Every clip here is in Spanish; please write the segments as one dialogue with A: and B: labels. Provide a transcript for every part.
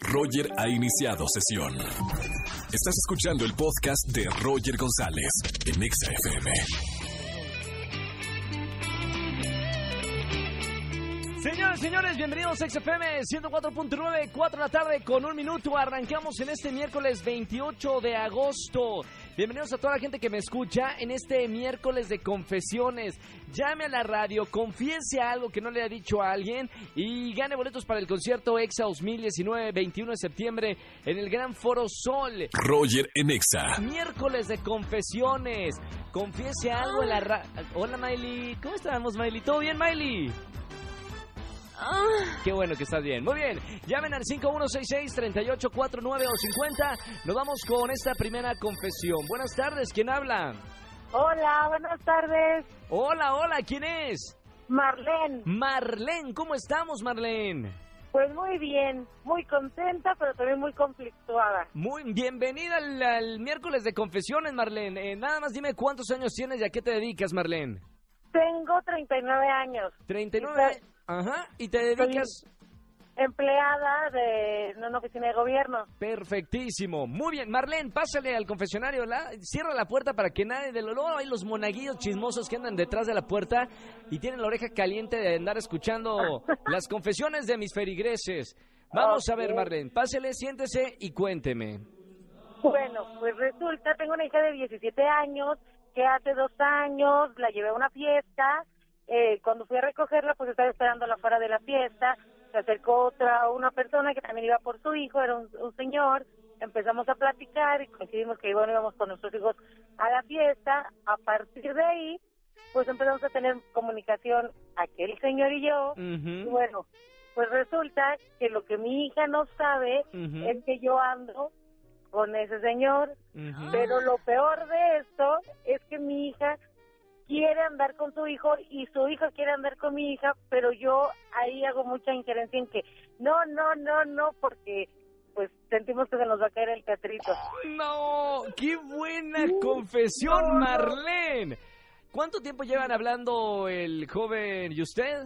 A: Roger ha iniciado sesión. Estás escuchando el podcast de Roger González en Exa FM.
B: Señores, señores, bienvenidos a XFM 104.9, 4 de la tarde con un minuto. Arrancamos en este miércoles 28 de agosto. Bienvenidos a toda la gente que me escucha en este miércoles de confesiones. Llame a la radio, confiese algo que no le ha dicho a alguien y gane boletos para el concierto EXA 2019, 21 de septiembre en el Gran Foro Sol.
A: Roger en Exa.
B: Miércoles de confesiones. Confiese algo en la radio. Hola, Miley. ¿Cómo estamos, Miley? ¿Todo bien, Miley?
C: Ah,
B: Qué bueno que estás bien. Muy bien, llamen al 5166-3849 o 50. Nos vamos con esta primera confesión. Buenas tardes, ¿quién habla?
D: Hola, buenas tardes.
B: Hola, hola, ¿quién es?
D: Marlene,
B: Marlene, ¿cómo estamos, Marlene?
D: pues muy bien, muy contenta, pero también muy conflictuada.
B: Muy bienvenida al, al miércoles de confesiones, Marlene. Eh, nada más dime cuántos años tienes y a qué te dedicas, Marlene.
D: Tengo 39 años,
B: 39. Ajá, y te dedicas
D: empleada de en una oficina de gobierno.
B: perfectísimo. Muy bien, Marlene, pásale al confesionario, la, cierra la puerta para que nadie de lo luego hay los monaguillos chismosos que andan detrás de la puerta y tienen la oreja caliente de andar escuchando las confesiones de mis ferigreses. Vamos a ver,
D: Ok.
B: Marlene, pásale, siéntese y cuénteme.
D: Bueno, pues resulta, tengo una hija de 17 años que hace dos años la llevé a una fiesta. Eh, cuando fui a recogerla, pues estaba esperándola fuera de la fiesta. Se acercó otra, una persona que también iba por su hijo, era un, un señor. Empezamos a platicar y coincidimos que bueno, íbamos con nuestros hijos a la fiesta. A partir de ahí, pues empezamos a tener comunicación aquel señor y yo. Y
B: Ujú,
D: bueno, pues resulta que lo que mi hija no sabe
B: ujú,
D: es que yo ando con ese señor,
B: ujú.
D: pero lo peor de esto es que mi hija quiere andar con su hijo y su hijo quiere andar con mi hija, pero yo ahí hago mucha injerencia en que no, no, no, no, porque pues sentimos que se nos va a caer el teatrito.
B: No, qué buena confesión,
D: uh, no, no.
B: Marlene. ¿Cuánto tiempo llevan hablando el joven y usted?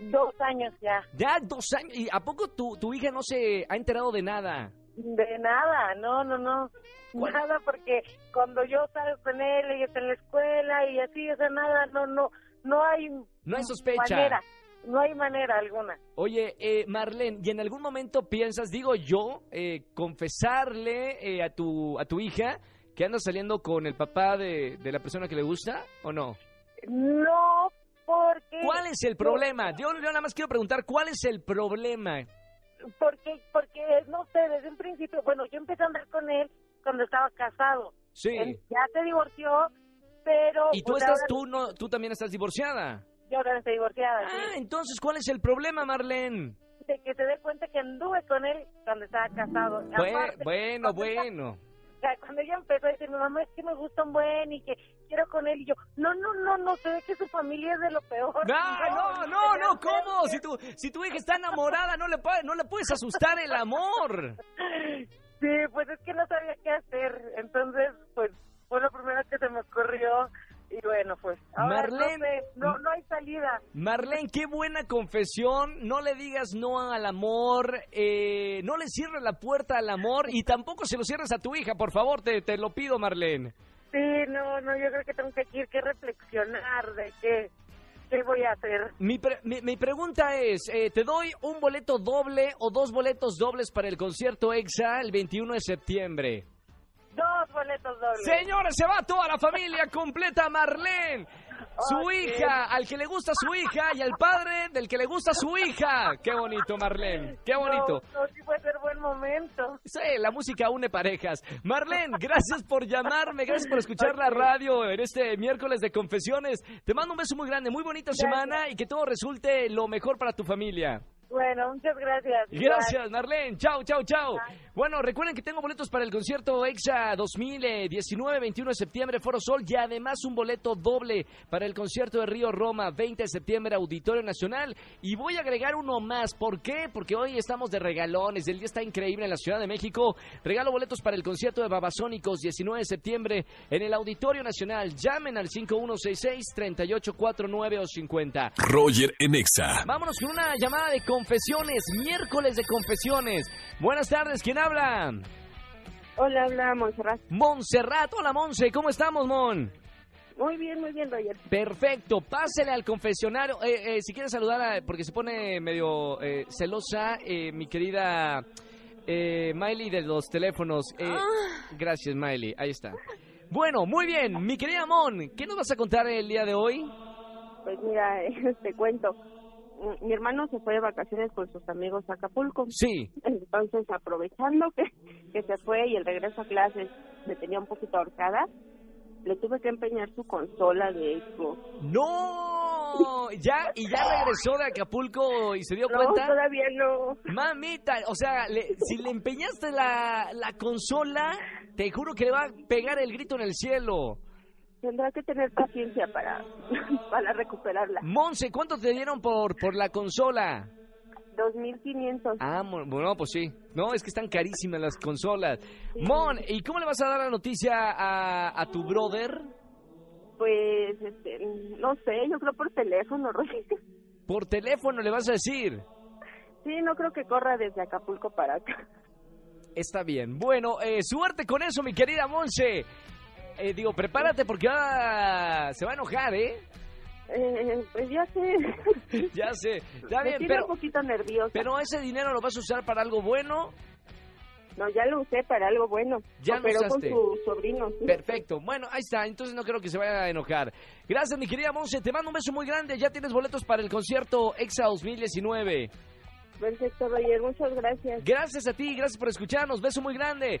D: Dos años ya,
B: Ya dos años. ¿Y a poco tu, tu hija no se ha enterado de nada?
D: de nada, no, no, no, nada, porque cuando yo salgo con él, ella está en la escuela y así, o sea, nada, no, no, no hay
B: No hay sospecha.
D: manera, no hay manera alguna.
B: Oye, eh, Marlene, ¿y en algún momento piensas, digo yo, eh, confesarle eh, a, tu, a tu hija que anda saliendo con el papá de, de la persona que le gusta o no?
D: No, porque
B: ¿Cuál es el problema? Yo, yo nada más quiero preguntar, ¿cuál es el problema?
D: porque porque no sé, desde un principio, bueno, yo empecé a andar con él cuando estaba casado.
B: Sí.
D: Él ya se divorció, pero
B: Y tú
D: pues,
B: estás,
D: ahora-
B: tú, no, tú también estás divorciada.
D: yo ahora estoy divorciada,
B: Ah,
D: sí.
B: entonces, ¿cuál es el problema, Marlene?
D: de que se dé cuenta que anduve con él cuando estaba casado.
B: Bue-
D: Aparte,
B: bueno,
D: cuando ella-
B: bueno.
D: cuando ella empezó a decirme, mamá, es que me gusta un buen y que quiero con él, y yo, no, no, no, no, se ve que su familia es de lo peor.
B: Ah, No, no, no, no, ¿cómo? Si
D: Sí,
B: tu, si tu hija está enamorada, no le, pa- no le puedes asustar el amor.
D: pues es que no sabía qué hacer, entonces, pues, fue lo primero que se me ocurrió, y bueno, pues, ahora
B: Marlene.
D: no sé, no, no hay salida.
B: Marlene, qué buena confesión. No le digas no al amor, eh, no le cierres la puerta al amor y tampoco se lo cierres a tu hija, por favor, te, te lo pido, Marlene.
D: Sí, no, no, yo creo que tengo que ir, que reflexionar de qué, qué voy a hacer.
B: Mi, pre- mi, mi pregunta es, eh, ¿te doy un boleto doble o dos boletos dobles para el concierto EXA el 21 de septiembre?
D: Dos boletos dobles.
B: Señores, se va toda la familia completa, Marlene. Su
D: Ok.
B: hija, al que le gusta su hija y al padre del que le gusta su hija. Qué bonito, Marlene. Qué bonito.
D: No, no, sí puede ser buen momento.
B: Sí, la música une parejas. Marlene, gracias por llamarme, gracias por escuchar la radio en este miércoles de confesiones. Te mando un beso muy grande, muy bonita
D: Gracias.
B: semana y que todo resulte lo mejor para tu familia.
D: Bueno, muchas gracias.
B: Gracias, Marlene. Chao, chao, chao. Bueno, recuerden que tengo boletos para el concierto EXA 2019, 21 de septiembre, Foro Sol, y además un boleto doble para el concierto de Río Roma, 20 de septiembre, Auditorio Nacional. Y voy a agregar uno más. ¿Por qué? Porque hoy estamos de regalones. El día está increíble en la Ciudad de México. Regalo boletos para el concierto de Babasónicos, 19 de septiembre, en el Auditorio Nacional. Llamen al 5166-3849 o 50.
A: Roger en Exa.
B: Vámonos con una llamada de confesión. confesiones, miércoles de confesiones. Buenas tardes, ¿quién habla?
D: Hola, habla Montserrat.
B: Montserrat, hola Monse, ¿cómo estamos, Mon?
D: Muy bien, muy bien, Roger.
B: Perfecto, pásele al confesionario. Eh, eh, si quieres saludar, a- porque se pone medio eh, celosa, eh, mi querida eh, Miley de los teléfonos. Eh, Gracias, Miley, ahí está. Bueno, muy bien, mi querida Mon, ¿qué nos vas a contar el día de hoy?
D: Pues mira, te cuento. Mm, Mi hermano se fue de vacaciones con sus amigos a Acapulco.
B: Sí,
D: Entonces, aprovechando que, que se fue y el regreso a clases me tenía un poquito ahorcada, le tuve que empeñar su consola de Xbox.
B: no, ya, y ya regresó de Acapulco y se dio
D: No, pues
B: cuenta.
D: todavía no.
B: Mamita, o sea, le- si le empeñaste la, la consola, te juro que le va a pegar el grito en el cielo.
D: Tendrá que tener paciencia para, para recuperarla.
B: Monse, ¿cuánto te dieron por, por la consola?
D: 2500.
B: Ah, mo- bueno, pues sí. No, es que están carísimas las consolas. Mon, ¿y cómo le vas a dar la noticia a, a tu brother?
D: Pues, este, no sé, yo creo por teléfono, Roger.
B: Por teléfono le vas a decir.
D: Sí, no creo que corra desde Acapulco para acá.
B: Está bien. Bueno, eh, suerte con eso, mi querida Monse. Eh, digo, prepárate porque va- se va a enojar, ¿eh?
D: Eh, pues ya sé.
B: Ya sé. Está
D: Me
B: bien,
D: tiene
B: pero...
D: un poquito nerviosa.
B: Pero ese dinero lo vas a usar para algo bueno.
D: No, ya lo usé para algo bueno.
B: Ya lo
D: pero con
B: usaste.
D: su sobrino. sí.
B: Perfecto. Bueno, ahí está. Entonces no creo que se vaya a enojar. Gracias, mi querida Monse. Te mando un beso muy grande. Ya tienes boletos para el concierto EXA 2019.
D: Perfecto, Roger. Muchas gracias.
B: Gracias a ti. Gracias por escucharnos. Beso muy grande.